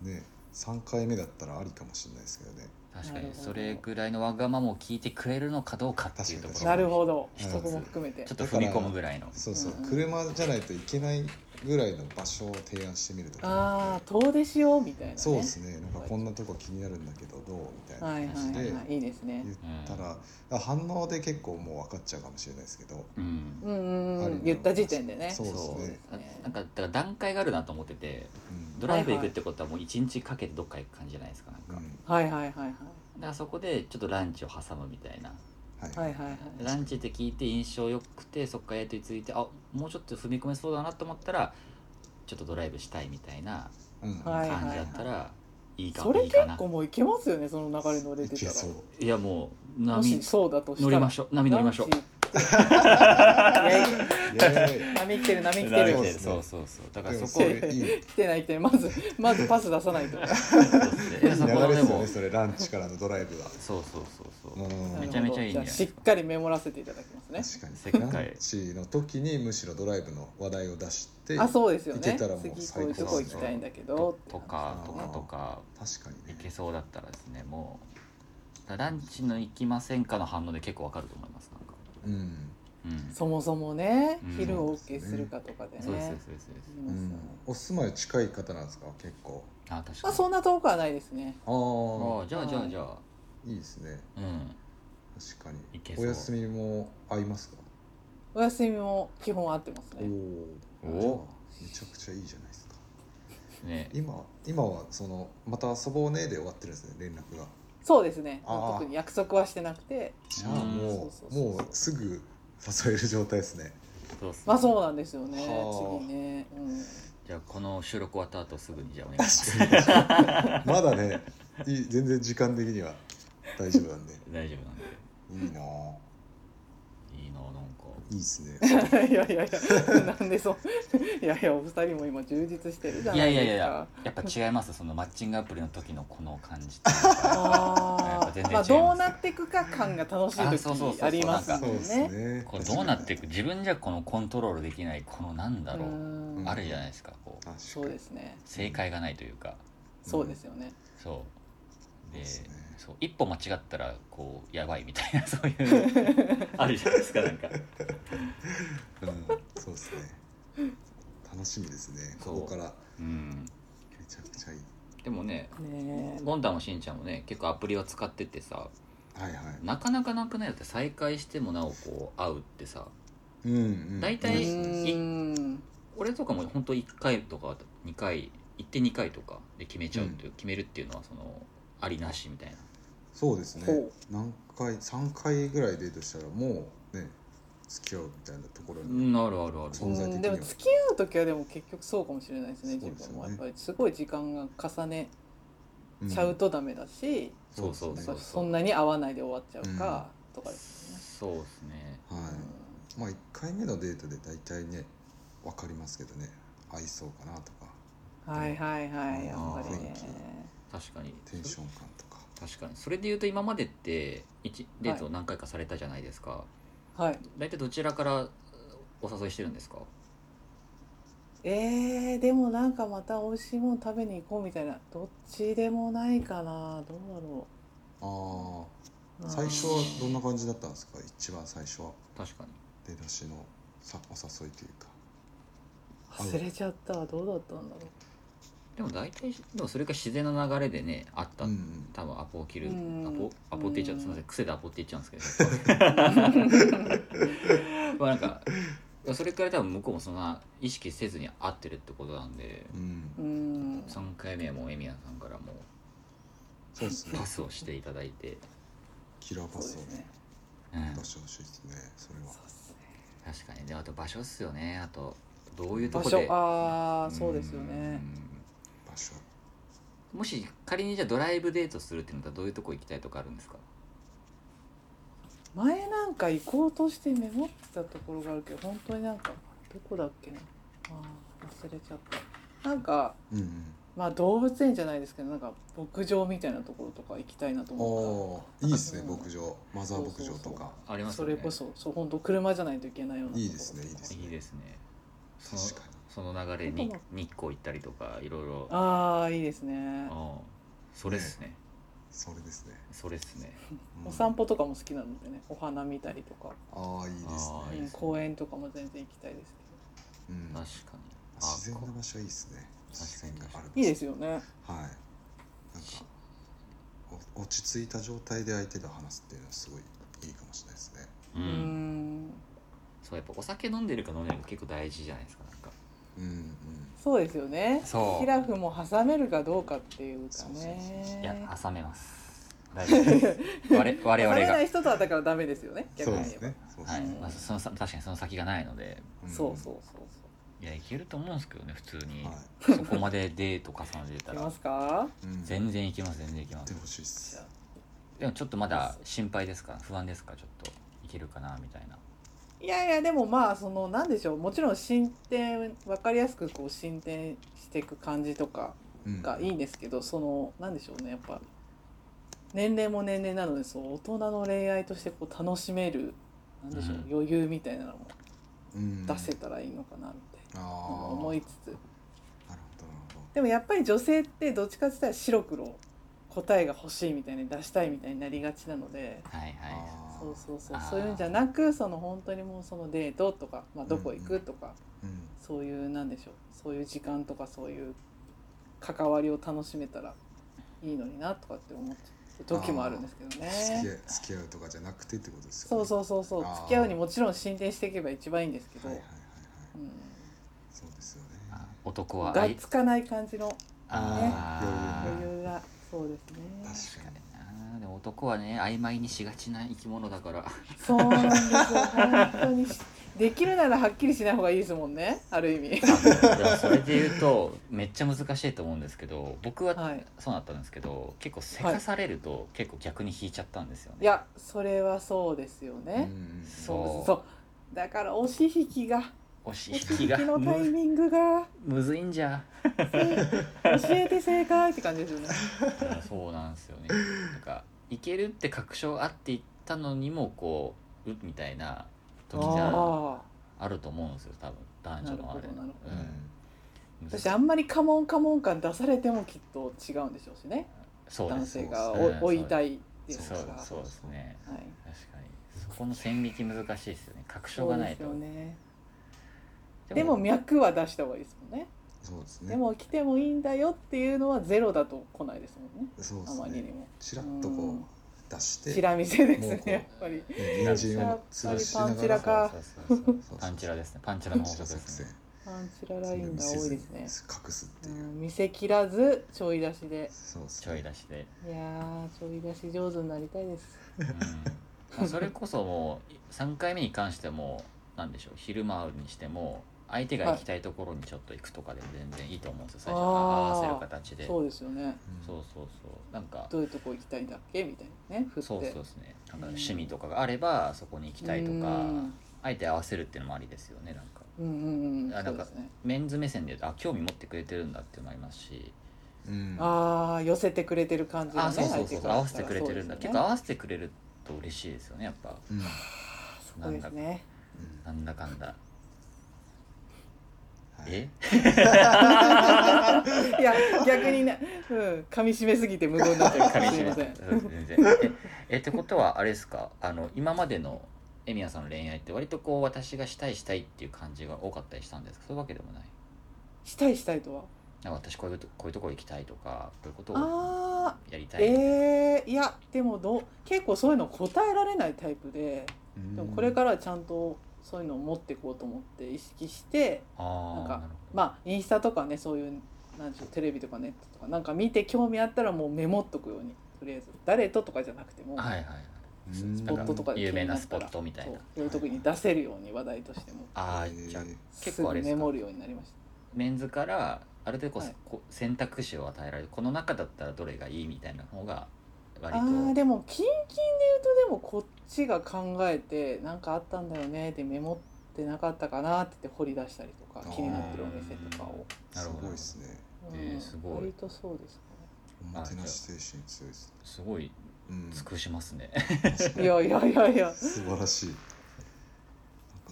[SPEAKER 2] うね3回目だったらありかもしれないですけどね
[SPEAKER 3] 確か
[SPEAKER 4] なる
[SPEAKER 3] に
[SPEAKER 4] ほど
[SPEAKER 3] それぐらいのわがままを聞いてくれるのかどうかっていうところ
[SPEAKER 2] 確かに
[SPEAKER 4] なるほど
[SPEAKER 3] 一つ
[SPEAKER 4] そこも含めて
[SPEAKER 3] ちょっと踏み込むぐらいの
[SPEAKER 2] そうそう、
[SPEAKER 4] うんうん
[SPEAKER 2] 車じゃないといけないぐらいの場所を提案してみるとか
[SPEAKER 4] ああ遠出しようみたいなね
[SPEAKER 2] そうですねなんかこんなとこ気になるんだけどどうみたいな
[SPEAKER 4] はいはい
[SPEAKER 2] 感じで
[SPEAKER 4] はいいいですね
[SPEAKER 2] 言ったら、あ反応で結構もう分かっちゃうかもしれないですけど
[SPEAKER 3] うん
[SPEAKER 4] うんうん
[SPEAKER 2] あ
[SPEAKER 4] う
[SPEAKER 2] りなの
[SPEAKER 4] ん言った時点でね
[SPEAKER 2] そうですね
[SPEAKER 3] あなんかだから段階があるなと思ってて
[SPEAKER 2] うん
[SPEAKER 3] ドライブ行くってことはもう一日かけてどっか行く感じじゃないですかなんか、
[SPEAKER 2] うん
[SPEAKER 3] だ
[SPEAKER 4] はいはいはいはい
[SPEAKER 3] からそこでちょっとランチを挟むみたいな
[SPEAKER 2] はい、
[SPEAKER 4] はいはいはい
[SPEAKER 3] ランチって聞いて印象良くてそっからやりとりついてあもうちょっと踏み込めそうだなと思ったらちょっとドライブしたいみたいな
[SPEAKER 2] うん
[SPEAKER 4] はい
[SPEAKER 3] 感じだったらいいか,、
[SPEAKER 4] それ
[SPEAKER 3] いい
[SPEAKER 4] 結
[SPEAKER 3] かな
[SPEAKER 4] 構もういけますよねその流れ乗れ
[SPEAKER 2] い
[SPEAKER 4] て
[SPEAKER 2] け
[SPEAKER 4] た
[SPEAKER 2] そう
[SPEAKER 4] ら
[SPEAKER 3] いやもう
[SPEAKER 4] も
[SPEAKER 3] 波
[SPEAKER 4] しそうだとした
[SPEAKER 3] 乗
[SPEAKER 4] ら
[SPEAKER 3] りましょう波乗りましょう
[SPEAKER 4] ランチ
[SPEAKER 2] イ
[SPEAKER 4] 行ってイェイ [LAUGHS]
[SPEAKER 2] エ
[SPEAKER 4] 波来てる波来て
[SPEAKER 3] ラ
[SPEAKER 4] る
[SPEAKER 3] イブ
[SPEAKER 2] そ
[SPEAKER 3] で
[SPEAKER 2] うですね
[SPEAKER 3] そうそうそうだか
[SPEAKER 2] ー
[SPEAKER 3] ら
[SPEAKER 2] イで
[SPEAKER 3] そ
[SPEAKER 2] もそ
[SPEAKER 3] こ
[SPEAKER 2] れいいいい
[SPEAKER 4] 来てないってまずまずパス出さないと
[SPEAKER 3] いや
[SPEAKER 2] 流
[SPEAKER 3] そこの
[SPEAKER 2] れで
[SPEAKER 3] です
[SPEAKER 2] よ
[SPEAKER 3] も
[SPEAKER 2] ねそれランチからのドライブは
[SPEAKER 3] そうそうそうそう、
[SPEAKER 2] うん
[SPEAKER 3] めちゃめちゃいいんじゃない
[SPEAKER 4] じゃあしっかりメモらせていただきますね
[SPEAKER 2] 確かに
[SPEAKER 3] 世界
[SPEAKER 2] ランチの時にむしろドライブの話題を出して
[SPEAKER 4] あそうですよね
[SPEAKER 2] 行けたらもう
[SPEAKER 4] 次こ
[SPEAKER 2] 最高で
[SPEAKER 4] ういう
[SPEAKER 2] す
[SPEAKER 4] と
[SPEAKER 2] ね
[SPEAKER 4] こ行きたいんだけど
[SPEAKER 3] ととかとかとか
[SPEAKER 2] 確かに
[SPEAKER 3] い
[SPEAKER 2] ね
[SPEAKER 3] けそうだったらですねもうランチの行きませんかの反応で結構わかると思いますなんか、
[SPEAKER 2] うん、
[SPEAKER 3] うん、
[SPEAKER 4] そもそもね
[SPEAKER 3] うん
[SPEAKER 4] 昼を OK するかとかでね
[SPEAKER 3] そうですそうですそうです
[SPEAKER 4] 言いうますよね
[SPEAKER 2] ん、お住まい近い方なんですか結構
[SPEAKER 3] あ確か
[SPEAKER 4] まあ
[SPEAKER 3] に
[SPEAKER 4] そんな遠くはないですね
[SPEAKER 2] あ
[SPEAKER 3] あじゃあじゃあじゃあ、
[SPEAKER 2] あいいですね
[SPEAKER 3] うん
[SPEAKER 2] 確かに
[SPEAKER 3] いけそう
[SPEAKER 2] お休みも合いますか
[SPEAKER 4] お休みも基本合ってます
[SPEAKER 2] お
[SPEAKER 4] ね
[SPEAKER 2] お
[SPEAKER 3] お
[SPEAKER 2] めちゃくちゃいいじゃないですか
[SPEAKER 3] ね
[SPEAKER 2] 今今はそのまた遊ぼうねで終わってるんですね連絡が
[SPEAKER 4] そうですね
[SPEAKER 2] あー
[SPEAKER 4] 特に約束はしてなくて
[SPEAKER 2] じゃあも
[SPEAKER 4] そう
[SPEAKER 2] う
[SPEAKER 4] そうそう
[SPEAKER 2] もうすぐ誘える状態ですね
[SPEAKER 3] そうっすね
[SPEAKER 4] まあそうなんですよね
[SPEAKER 2] はあ
[SPEAKER 4] 次ねうん [LAUGHS]
[SPEAKER 3] じゃあこの収録終わった後すぐにじゃあお願いします
[SPEAKER 2] まだねいい全然時間的には大丈夫なんで
[SPEAKER 3] 大丈夫なんで
[SPEAKER 2] いいなぁ
[SPEAKER 3] いいななんか
[SPEAKER 2] いいですね
[SPEAKER 4] いやいやいやなんでそうい [LAUGHS] やいやお二人も今充実してるじゃ
[SPEAKER 3] い
[SPEAKER 4] な
[SPEAKER 3] や
[SPEAKER 4] い
[SPEAKER 3] いやい
[SPEAKER 4] で
[SPEAKER 3] や
[SPEAKER 4] す
[SPEAKER 3] い
[SPEAKER 4] か
[SPEAKER 3] ややっぱ違いますそのマッチングアプリの時のこの感
[SPEAKER 4] [LAUGHS]
[SPEAKER 3] じっていうかやっ
[SPEAKER 4] あ
[SPEAKER 3] ぱ全
[SPEAKER 4] ー
[SPEAKER 3] 然
[SPEAKER 4] まあ
[SPEAKER 3] 違います
[SPEAKER 4] どうなっていくか感が楽しい
[SPEAKER 3] あそうそうそう
[SPEAKER 4] 時
[SPEAKER 3] そう
[SPEAKER 4] あります
[SPEAKER 3] な
[SPEAKER 4] も
[SPEAKER 3] ん
[SPEAKER 4] ん
[SPEAKER 3] か
[SPEAKER 2] そうです
[SPEAKER 4] ね。
[SPEAKER 2] ね
[SPEAKER 3] これどうなっていく自分じゃこのコントロールできないこのなんだ
[SPEAKER 4] う
[SPEAKER 3] ろう、
[SPEAKER 4] ん
[SPEAKER 3] あるじゃないですかこう
[SPEAKER 2] 確かに
[SPEAKER 4] そうですね。
[SPEAKER 3] 正解がないというか
[SPEAKER 4] そうですよね。
[SPEAKER 3] そうで
[SPEAKER 2] そうですね
[SPEAKER 3] そう一歩間違ったらこうやばいみたいな [LAUGHS] そういうあるじゃないですかなんか
[SPEAKER 2] うん、そうですね。楽しみですね。
[SPEAKER 3] そ
[SPEAKER 2] こ
[SPEAKER 3] う
[SPEAKER 2] こから
[SPEAKER 3] うん
[SPEAKER 2] めちゃくちゃいい。
[SPEAKER 3] でもね
[SPEAKER 4] ねえ
[SPEAKER 3] ゴンタもしんちゃんもね結構アプリを使っててさ
[SPEAKER 2] はいはい。
[SPEAKER 3] なかなかなくないだって再会してもなおこう会うってさ
[SPEAKER 2] うんうん。
[SPEAKER 3] 大
[SPEAKER 4] う
[SPEAKER 3] 体
[SPEAKER 4] ーん
[SPEAKER 3] 俺とかも本当1回とか2回行って2回とかで決めちゃうっていう、決めるっていうのはそのありなしみたいな
[SPEAKER 2] そうです
[SPEAKER 4] ほ
[SPEAKER 2] ね
[SPEAKER 4] う。
[SPEAKER 2] 何回三回ぐらいデートしたらもうね付き合うみたいなところ
[SPEAKER 3] う
[SPEAKER 2] に。
[SPEAKER 3] んあるあるある
[SPEAKER 2] そ
[SPEAKER 4] うん
[SPEAKER 2] 存在的には
[SPEAKER 4] でも付き合う時はでも結局そうかもしれないですね
[SPEAKER 2] そう
[SPEAKER 4] 自
[SPEAKER 2] ですよね
[SPEAKER 4] 分もやっぱりすごい時間が重ね
[SPEAKER 2] ん
[SPEAKER 4] ちゃう。とダメだし、
[SPEAKER 3] そうそう
[SPEAKER 4] なん
[SPEAKER 3] そ
[SPEAKER 4] か
[SPEAKER 3] う
[SPEAKER 4] そんなに合わないで終わっちゃうかとかですよね。
[SPEAKER 3] そうですね
[SPEAKER 2] は
[SPEAKER 4] うん
[SPEAKER 2] い。まあ一回目のデートで大体ねわかりますけどね合いそうかなとか
[SPEAKER 4] はいはいはいやっぱりね。
[SPEAKER 3] 確かに
[SPEAKER 2] テンション感とか。
[SPEAKER 3] 確かにそれで言うと今までって一デートを何回かされたじゃないですか、
[SPEAKER 4] はい。
[SPEAKER 3] 大体どちらからお誘いしてるんですか
[SPEAKER 4] えー、えー、でもなんかまた美味しいもの食べに行こうみたいなどっちでもないかなどうだろ
[SPEAKER 2] あ
[SPEAKER 4] うう
[SPEAKER 2] あ
[SPEAKER 4] ん
[SPEAKER 2] 最初はどんな感じだったんですか一番最初は
[SPEAKER 3] 確かに
[SPEAKER 2] 出だしのさお誘いというか
[SPEAKER 4] 忘れちゃったどうだったんだろ
[SPEAKER 3] でも大体でもそれが自然な流れでねあった、
[SPEAKER 2] うんうん
[SPEAKER 3] 多分アポを切る、
[SPEAKER 4] うん
[SPEAKER 3] アポアポって言っちゃう
[SPEAKER 4] うん
[SPEAKER 3] すみません癖でアポって言っちゃうんですけど
[SPEAKER 4] [LAUGHS]
[SPEAKER 3] まあなんかそれから多分向こうもそんな意識せずに会ってるってことなんで、
[SPEAKER 2] うん
[SPEAKER 4] ううん
[SPEAKER 3] 3回目はもうエミヤさんからも
[SPEAKER 2] そうです
[SPEAKER 3] う
[SPEAKER 2] ね
[SPEAKER 3] パスをしていただいて、
[SPEAKER 2] キラーパスをね
[SPEAKER 3] うん
[SPEAKER 2] 出してほしいですねそれは
[SPEAKER 4] そうっすね
[SPEAKER 3] 確かにであと場所っすよねあとどういうと
[SPEAKER 4] 場
[SPEAKER 3] こ
[SPEAKER 4] 所
[SPEAKER 3] で
[SPEAKER 4] ああそうですよね
[SPEAKER 2] 場所
[SPEAKER 3] うんもし仮にじゃあドライブデートするってなったらどういうとこ行きたいとかあるんですか
[SPEAKER 4] 前なんか行こうとしてメモってたところがあるけど本当になんかどこだっけなあー忘れちゃったなんか
[SPEAKER 2] うんうん
[SPEAKER 4] まあ動物園じゃないですけどなんか牧場みたいなところとか行きたいなと思っ
[SPEAKER 2] おーいいですね
[SPEAKER 4] うん
[SPEAKER 2] 牧場マザー牧場とか
[SPEAKER 3] あり
[SPEAKER 4] た、
[SPEAKER 3] ます
[SPEAKER 4] そ
[SPEAKER 3] よね
[SPEAKER 4] れこそそう本当車じゃないといけないようなところ
[SPEAKER 2] いいですねいいですね
[SPEAKER 3] いいですねその
[SPEAKER 2] 確か
[SPEAKER 3] その流れに
[SPEAKER 4] あとは
[SPEAKER 3] 日光行ったりとかいろいろあ
[SPEAKER 4] ああいいですね
[SPEAKER 3] あそれっすね
[SPEAKER 2] にそれですね
[SPEAKER 3] それっすね
[SPEAKER 2] うん
[SPEAKER 4] お散歩とかも好きなのでねお花見たりとか、
[SPEAKER 2] ああいいです
[SPEAKER 3] あー
[SPEAKER 4] う
[SPEAKER 3] いい
[SPEAKER 2] ね
[SPEAKER 3] で
[SPEAKER 4] ん
[SPEAKER 3] すね
[SPEAKER 4] 公園とかも全然行きたいです
[SPEAKER 2] うん
[SPEAKER 3] 確かにあ
[SPEAKER 2] 自然
[SPEAKER 3] こ
[SPEAKER 2] な場所いいですね自然がある
[SPEAKER 4] けどいいですよね
[SPEAKER 2] はいなんかお落ち着いた状態で相手と話すっていうのはすごいいいかもしれないですね
[SPEAKER 3] う
[SPEAKER 4] うんん
[SPEAKER 3] そうやっぱお酒飲んでるか飲んでないか結構大事じゃないですかなんか
[SPEAKER 2] うんうん
[SPEAKER 4] そうですよね
[SPEAKER 3] そう
[SPEAKER 4] ピラフも挟めるかどうかっていうか
[SPEAKER 2] そうそう
[SPEAKER 4] ね
[SPEAKER 3] いや挟め
[SPEAKER 4] [LAUGHS]
[SPEAKER 3] ます大丈夫です我我
[SPEAKER 4] 挟
[SPEAKER 3] 々
[SPEAKER 4] [LAUGHS] め
[SPEAKER 3] が
[SPEAKER 4] ない人とはだからダメですよね
[SPEAKER 2] そ
[SPEAKER 4] 逆
[SPEAKER 2] う
[SPEAKER 4] に
[SPEAKER 2] です
[SPEAKER 4] 言えば
[SPEAKER 2] ねそうで
[SPEAKER 3] は
[SPEAKER 2] す
[SPEAKER 3] い
[SPEAKER 2] ね
[SPEAKER 4] うん
[SPEAKER 3] まあ、そのさ確かにその先がないので
[SPEAKER 2] ん
[SPEAKER 4] そうそうそう
[SPEAKER 3] いやいけると思うんですけどね普通に、
[SPEAKER 2] はい
[SPEAKER 3] [LAUGHS] そこまでデート重ねて
[SPEAKER 4] そ
[SPEAKER 3] た
[SPEAKER 4] ういきま
[SPEAKER 3] ら
[SPEAKER 4] すか
[SPEAKER 2] うん
[SPEAKER 3] 全然いきます全然いき
[SPEAKER 2] や
[SPEAKER 3] ま
[SPEAKER 2] って
[SPEAKER 3] す
[SPEAKER 2] ほしいっ
[SPEAKER 4] じ
[SPEAKER 2] す
[SPEAKER 4] ゃあ
[SPEAKER 3] でもちょっとまだ心配ですか不安ですかちょっといけるかなみたいない
[SPEAKER 4] やいやでもまあそのなんでしょうもちろん進展分かりやすくこう進展していく感じとか
[SPEAKER 2] うん
[SPEAKER 4] がいいんですけど、そのなんでしょうねやっぱ年齢も年齢なのでそう大人の恋愛としてこう楽しめるなんでしょう、
[SPEAKER 3] うん
[SPEAKER 4] 余裕みたいなのも
[SPEAKER 2] うん
[SPEAKER 4] 出せたらいいのかなみたい
[SPEAKER 2] ああ
[SPEAKER 4] なのも思いつつ
[SPEAKER 2] なるほどなるほ
[SPEAKER 4] でもやっぱり女性ってどっちかって言ったら白黒答えが欲しいみたいに出したいみたいになりがちなので。
[SPEAKER 3] はい
[SPEAKER 2] ど
[SPEAKER 3] は
[SPEAKER 2] あー
[SPEAKER 4] そうそうそう
[SPEAKER 3] あー
[SPEAKER 4] そういうんじゃなくその本当にもうそのデートとか、まあ、どこ行くとか、
[SPEAKER 2] うん
[SPEAKER 4] そういうなんでしょうそういう時間とかそういう関わりを楽しめたらいいのになとかって思っちゃう時もあるんですけど
[SPEAKER 2] 付き
[SPEAKER 4] ね。
[SPEAKER 2] 合い付き合うとかじゃなくてってことですよね
[SPEAKER 4] そうそうそうそう
[SPEAKER 2] あー
[SPEAKER 4] 付き合うにもちろん進展していけば一番いいんですけど、
[SPEAKER 2] はいはいはいは
[SPEAKER 4] う
[SPEAKER 2] い
[SPEAKER 4] ん、
[SPEAKER 2] そうですよね
[SPEAKER 3] いあ男は
[SPEAKER 4] がっ
[SPEAKER 3] 愛
[SPEAKER 4] つかない感じの
[SPEAKER 3] あ
[SPEAKER 2] ね
[SPEAKER 4] 余
[SPEAKER 3] ー
[SPEAKER 4] 裕がそうですね。
[SPEAKER 2] 確かに
[SPEAKER 3] 確かになでも男はね曖昧にしがちな生き物だから
[SPEAKER 4] そうなんですよ本当にしできるならはっきりしない方がいいですもんねある
[SPEAKER 2] [LAUGHS]
[SPEAKER 4] 意味。
[SPEAKER 3] でもそれで言うとめっちゃ難しいと思うんですけど僕は
[SPEAKER 4] はい
[SPEAKER 3] そうだったんですけど、結構せかされると結構逆に引いちゃったんですよね、
[SPEAKER 4] いやそれはそうですよ
[SPEAKER 2] うん
[SPEAKER 4] ね。
[SPEAKER 2] うん
[SPEAKER 4] そう
[SPEAKER 3] そう
[SPEAKER 4] そうだから押し引きが
[SPEAKER 3] 押し
[SPEAKER 4] 押し
[SPEAKER 3] 引き
[SPEAKER 4] 引
[SPEAKER 3] が
[SPEAKER 4] きのタイ
[SPEAKER 3] む
[SPEAKER 4] ミングが。
[SPEAKER 3] むずいんじゃ
[SPEAKER 4] 教えて正解って感じですよね。
[SPEAKER 3] そうなんですよねなんかいけるって確証あっていったのにもこううみたいな時じゃ
[SPEAKER 4] ああ、
[SPEAKER 3] あると思うんですよ多分男女のあれ
[SPEAKER 4] なるほど
[SPEAKER 2] うん
[SPEAKER 3] うん
[SPEAKER 4] 私あんまりカモンカモン感出されてもきっと違うんでしょうしね。
[SPEAKER 3] そうで
[SPEAKER 4] 男
[SPEAKER 3] す
[SPEAKER 4] 性
[SPEAKER 3] そ
[SPEAKER 4] が
[SPEAKER 3] うです
[SPEAKER 4] お追いたいっていう
[SPEAKER 3] そ
[SPEAKER 4] か
[SPEAKER 3] う
[SPEAKER 4] ら。
[SPEAKER 3] ですそうですね
[SPEAKER 4] はい。
[SPEAKER 3] 確かにそこの線引き難しいですよね確証
[SPEAKER 4] そ
[SPEAKER 3] が
[SPEAKER 4] う
[SPEAKER 3] な
[SPEAKER 4] で
[SPEAKER 3] い
[SPEAKER 4] す
[SPEAKER 3] と
[SPEAKER 4] よね。で
[SPEAKER 3] で
[SPEAKER 4] も
[SPEAKER 3] も
[SPEAKER 4] 脈は出した方がいいですもんね。
[SPEAKER 2] そうですね
[SPEAKER 4] でも来てもいいんだよっていうのはゼロだと来ないですもんね。
[SPEAKER 2] そうで
[SPEAKER 4] あますりに
[SPEAKER 2] ね
[SPEAKER 4] も。
[SPEAKER 2] ちらっと
[SPEAKER 4] う
[SPEAKER 2] こ
[SPEAKER 4] ん
[SPEAKER 2] う出して
[SPEAKER 4] チラ見せです
[SPEAKER 2] もう
[SPEAKER 4] ね
[SPEAKER 2] こう
[SPEAKER 4] やっぱり。
[SPEAKER 2] ね人参を潰しな
[SPEAKER 4] パンチ
[SPEAKER 2] が
[SPEAKER 4] ラ
[SPEAKER 2] ら
[SPEAKER 4] か
[SPEAKER 3] そうそうそうそう
[SPEAKER 2] そう
[SPEAKER 3] パンチラですねパンチラの
[SPEAKER 2] パン
[SPEAKER 3] 法
[SPEAKER 2] チラ
[SPEAKER 3] 則で
[SPEAKER 2] 作
[SPEAKER 3] す
[SPEAKER 2] 戦
[SPEAKER 3] ね
[SPEAKER 4] パンチララインが多いですね
[SPEAKER 2] 隠。すって
[SPEAKER 4] う
[SPEAKER 2] いうん
[SPEAKER 4] 見せ切らずちょい出しで。
[SPEAKER 2] そうです
[SPEAKER 3] ちょい
[SPEAKER 2] ね
[SPEAKER 3] 出しで、
[SPEAKER 4] いやーちょい出し上手になりたいです。
[SPEAKER 3] うんまあそれこそもう3回目に関してもなんでしょう昼回るにしても相手が行きたいところにちょっと行くとかでも全然いいと思うんですよ最初
[SPEAKER 4] あー
[SPEAKER 3] 合わせる形で
[SPEAKER 4] そうですよね。
[SPEAKER 2] うん
[SPEAKER 3] そうそうそうなんか
[SPEAKER 4] どういうとこ行きたいんだっけみたいなね振って
[SPEAKER 3] そうそうですねなんか趣味とかがあればそこに行きたいと
[SPEAKER 4] う
[SPEAKER 3] か
[SPEAKER 4] ん
[SPEAKER 3] あえて合わせるっていうのもありですよねなんか
[SPEAKER 4] うんうんうん
[SPEAKER 3] あ
[SPEAKER 4] そ
[SPEAKER 3] なん
[SPEAKER 4] うで
[SPEAKER 3] か
[SPEAKER 4] すね
[SPEAKER 3] メンズ目線で言うとあ興味持ってくれてるんだっていうのもありますし
[SPEAKER 2] うん
[SPEAKER 4] ああ寄せてくれてる感じが
[SPEAKER 3] あ
[SPEAKER 4] ね
[SPEAKER 3] そうそうそ
[SPEAKER 4] 相
[SPEAKER 3] う
[SPEAKER 4] 手
[SPEAKER 3] そう
[SPEAKER 4] から
[SPEAKER 3] 合わせてくれてるんだ、
[SPEAKER 4] そうです
[SPEAKER 3] 結
[SPEAKER 4] よ
[SPEAKER 3] 構合
[SPEAKER 4] ね
[SPEAKER 3] わせてくれると嬉しいですよねやっぱ
[SPEAKER 2] うんうん
[SPEAKER 4] そうですね
[SPEAKER 3] なんだかんだえ
[SPEAKER 4] [LAUGHS] いや逆にね、うん、噛み締めすぎて無言になっちゃう
[SPEAKER 3] 噛み
[SPEAKER 4] す
[SPEAKER 3] 締
[SPEAKER 4] い
[SPEAKER 3] めた
[SPEAKER 4] ません
[SPEAKER 3] うん全然ええってことはあれですかあの今までのエミヤさんの恋愛って割とこう私がしたいしたいっていう感じが多かったりしたんですかそういうわけでもない
[SPEAKER 4] したいしたいとは
[SPEAKER 3] なんか私こういうとこういうとこ行きたいとかこういうことを
[SPEAKER 4] ああ
[SPEAKER 3] やりたい
[SPEAKER 4] えー、いやでもどう結構そういうの答えられないタイプででもこれ
[SPEAKER 2] ら
[SPEAKER 4] からはちゃんとそういうのを持っていこうと思って意識して
[SPEAKER 3] あ
[SPEAKER 4] なん
[SPEAKER 3] あ
[SPEAKER 4] か
[SPEAKER 3] なるほど
[SPEAKER 4] まあインスタとかねそういうなんでしょうテレビとかネットとかなんか見て興味あったらもうメモっとくようにとりあえず誰ととかじゃなくても、
[SPEAKER 3] はいはい
[SPEAKER 4] スポットとかで
[SPEAKER 3] 有名な
[SPEAKER 4] 気にったら
[SPEAKER 3] スポットみたいな
[SPEAKER 4] そうそういう時に出せるように話題としても
[SPEAKER 3] ああじゃあ
[SPEAKER 2] え
[SPEAKER 3] 結構あれですか
[SPEAKER 4] すぐメモるようになりまし
[SPEAKER 3] メンズからある程度こう、
[SPEAKER 4] はい
[SPEAKER 3] こう選択肢を与えられるこの中だったらどれがいいみたいな方が
[SPEAKER 4] た
[SPEAKER 3] 割
[SPEAKER 4] あ
[SPEAKER 3] と
[SPEAKER 4] ーでもキンキンで言うとでもこっちが考えて何かあったんだよねってメモってなかったかなって言って掘り出したりとか
[SPEAKER 2] あー
[SPEAKER 4] 気になってるお店とかを、
[SPEAKER 3] な
[SPEAKER 2] す
[SPEAKER 3] るほど
[SPEAKER 2] ごいですね
[SPEAKER 4] う
[SPEAKER 3] え
[SPEAKER 4] ん
[SPEAKER 3] ーすごい
[SPEAKER 4] 割とそうです
[SPEAKER 2] おもてなし精神強いですね
[SPEAKER 3] すごい
[SPEAKER 2] うん
[SPEAKER 3] 尽くしますね、
[SPEAKER 4] かねいやいやいやいや
[SPEAKER 2] 素晴ら
[SPEAKER 4] [LAUGHS]
[SPEAKER 2] しい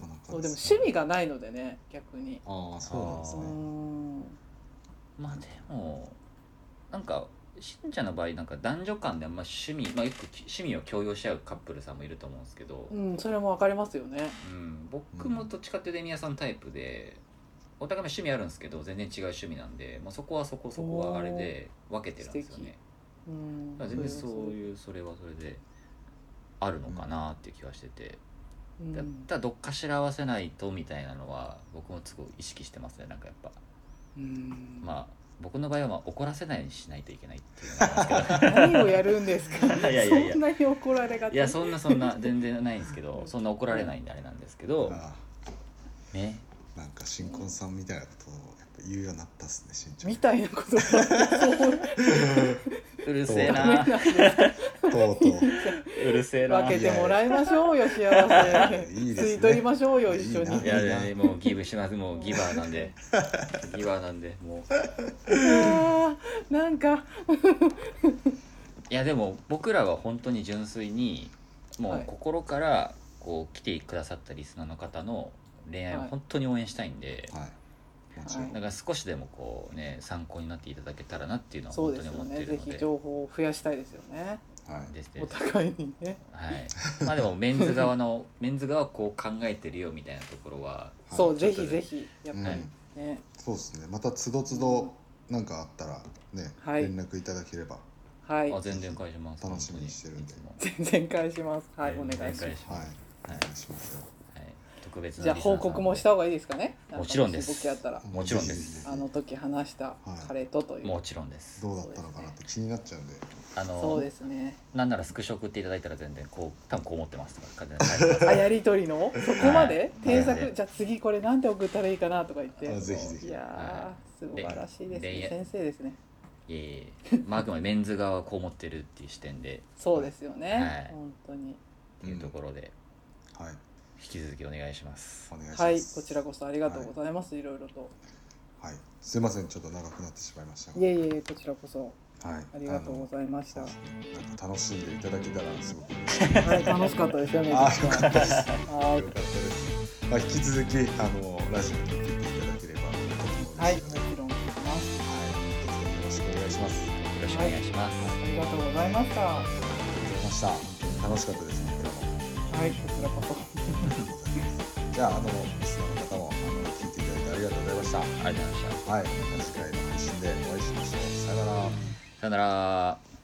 [SPEAKER 2] なかなか
[SPEAKER 4] そうでも
[SPEAKER 2] すね
[SPEAKER 4] 趣味がないのでね逆に
[SPEAKER 2] ああそうなんです
[SPEAKER 4] う
[SPEAKER 2] ね
[SPEAKER 4] ん
[SPEAKER 3] まあでもなんか信者の場合なんか男女間であんま趣味、まあ、よく趣味を強要し合うカップルさんもいると思うんですけど、
[SPEAKER 4] うんそれも分かりますよね
[SPEAKER 3] うん僕もどっちかっていうと宮さんタイプでお互いも趣味あるんですけど全然違う趣味なんで、まあ、そこはそこそこはあれで分けてるんですよね
[SPEAKER 4] うん
[SPEAKER 3] だから全然そう
[SPEAKER 4] う
[SPEAKER 3] いうそれはそれであるのかなっていう気はしてて、
[SPEAKER 4] うん
[SPEAKER 3] だったらどっかしら合わせないとみたいなのは僕もすごい意識してますねなんかやっぱ
[SPEAKER 4] うん
[SPEAKER 3] まあ僕の場合はまあ怒らせないようにしないといけないっていうのがあるんですけど
[SPEAKER 4] 何をやるんですか
[SPEAKER 3] [LAUGHS] いやいやいや
[SPEAKER 4] そんなに怒られがち
[SPEAKER 3] いやそんなそんな全然ないんですけどそんな怒られないんであれなんですけど
[SPEAKER 2] あ
[SPEAKER 3] ね
[SPEAKER 2] あなんか新婚さんみたいなことをやっぱ言うようになったっすねしんちゃん
[SPEAKER 4] みたいなことそう
[SPEAKER 3] うるせえ
[SPEAKER 4] ダメ
[SPEAKER 3] な
[SPEAKER 4] な
[SPEAKER 3] ん
[SPEAKER 4] です
[SPEAKER 2] とうとう
[SPEAKER 3] うるせえな
[SPEAKER 4] 分けてもらいましょうよ幸
[SPEAKER 2] や
[SPEAKER 4] せ
[SPEAKER 2] いいですね
[SPEAKER 4] 吸い取りましょうよ一緒に
[SPEAKER 2] いいない
[SPEAKER 3] やいやいやもうギブしますもうギバーなんでギバーなんでもう
[SPEAKER 4] あーなんか
[SPEAKER 3] いやでも僕らは本当に純粋にも
[SPEAKER 4] は
[SPEAKER 3] う
[SPEAKER 4] い
[SPEAKER 3] 心からこう来てくださったリスナーの方の恋愛を
[SPEAKER 4] はい
[SPEAKER 3] 本当に応援したいんで、
[SPEAKER 2] はいもちろん
[SPEAKER 4] はい
[SPEAKER 3] だから少しでもこうね参考になっていただけたらなっていうのは
[SPEAKER 4] そう
[SPEAKER 3] 本
[SPEAKER 4] で
[SPEAKER 3] 当
[SPEAKER 4] す
[SPEAKER 3] に思
[SPEAKER 4] よ
[SPEAKER 3] って
[SPEAKER 4] ね
[SPEAKER 3] いる
[SPEAKER 4] ぜ
[SPEAKER 3] ので
[SPEAKER 4] ひ情報を増やしたいですよね
[SPEAKER 2] はい
[SPEAKER 3] ですで
[SPEAKER 4] お
[SPEAKER 3] す
[SPEAKER 4] 互いにね
[SPEAKER 3] はいまあでもメンズ側のメンズ側はこう考えてるよみたいなところは
[SPEAKER 4] そう
[SPEAKER 3] ちょ
[SPEAKER 4] ぜ
[SPEAKER 3] っと
[SPEAKER 4] ひ
[SPEAKER 3] ね
[SPEAKER 4] ぜひやっ
[SPEAKER 2] うん
[SPEAKER 4] ぱりね
[SPEAKER 2] そうですねまたつどつどなんかあったらね、
[SPEAKER 4] はい
[SPEAKER 2] 連絡いただければ
[SPEAKER 4] はい
[SPEAKER 3] あ全然返します
[SPEAKER 2] 楽しみにしてるんで
[SPEAKER 3] 本当にいつも
[SPEAKER 4] 全然返しますはいお願いし
[SPEAKER 3] 全然
[SPEAKER 4] ま
[SPEAKER 3] 返
[SPEAKER 4] す
[SPEAKER 2] はい、
[SPEAKER 3] はい
[SPEAKER 2] お願いしますよ
[SPEAKER 3] はい特別な
[SPEAKER 4] じゃあ
[SPEAKER 3] リスナー
[SPEAKER 4] 報
[SPEAKER 3] さん
[SPEAKER 4] 告もした方がいいですかねな
[SPEAKER 3] もちろんです
[SPEAKER 4] もしボケあったら
[SPEAKER 3] もちろんです
[SPEAKER 2] ぜひぜひ
[SPEAKER 4] あの時話した彼とという
[SPEAKER 3] もちろんです
[SPEAKER 2] どうだったのかなって気になっちゃうんで
[SPEAKER 3] あの
[SPEAKER 4] そうですね
[SPEAKER 3] なんならスクショ送っていただいたら全然こう多分こう思ってますとか完全に
[SPEAKER 2] [LAUGHS]
[SPEAKER 4] あやり取りのそこま
[SPEAKER 3] はい
[SPEAKER 4] で添
[SPEAKER 3] はい
[SPEAKER 4] 削じゃあ次これなんて送ったらいいかなとか言って
[SPEAKER 2] あぜひぜひ
[SPEAKER 4] いやー素晴らしいで
[SPEAKER 3] 恋
[SPEAKER 4] すね
[SPEAKER 3] 愛
[SPEAKER 4] 先生ですね
[SPEAKER 3] いえいえまああくまでメンズ側はこう思ってるっていう視点で
[SPEAKER 4] そうですよ
[SPEAKER 3] はい
[SPEAKER 4] ね本当に
[SPEAKER 3] っていうところで
[SPEAKER 2] はい
[SPEAKER 3] 引き続きお願いします、
[SPEAKER 2] お願いします
[SPEAKER 4] はいこちらこそありがとうございますいろいろと
[SPEAKER 2] はいすいませんちょっと長くなってしまいましたが
[SPEAKER 4] いえいえこちらこそ
[SPEAKER 2] はい
[SPEAKER 4] ありがとうございました
[SPEAKER 2] あのそうですねなんか楽しんでいただけたらすごく嬉しい
[SPEAKER 4] [LAUGHS] はい楽しかったですよね
[SPEAKER 2] あーよかったです
[SPEAKER 4] は
[SPEAKER 2] よ
[SPEAKER 4] い
[SPEAKER 2] か
[SPEAKER 4] [LAUGHS]
[SPEAKER 2] ったです、まあ、引き続きあのラジオに聞いていただければとても
[SPEAKER 4] はい
[SPEAKER 2] 嬉
[SPEAKER 4] も
[SPEAKER 2] しいの
[SPEAKER 4] ち
[SPEAKER 2] で、はいどうぞよろしく
[SPEAKER 4] ろん聞きます
[SPEAKER 2] お願いしますあ
[SPEAKER 3] よろしくお願いします、
[SPEAKER 4] ありがとうございましたは
[SPEAKER 2] りがとうございました本当に楽しかったですね今日も
[SPEAKER 4] いこちらこそ
[SPEAKER 2] じゃあ、あの、リスナーの方も、あの、聞いていただいてありがとうございました。はい、
[SPEAKER 3] ありがとうございまし
[SPEAKER 2] また次回の配信でお会いしましょう。さよなら。
[SPEAKER 3] たさよなら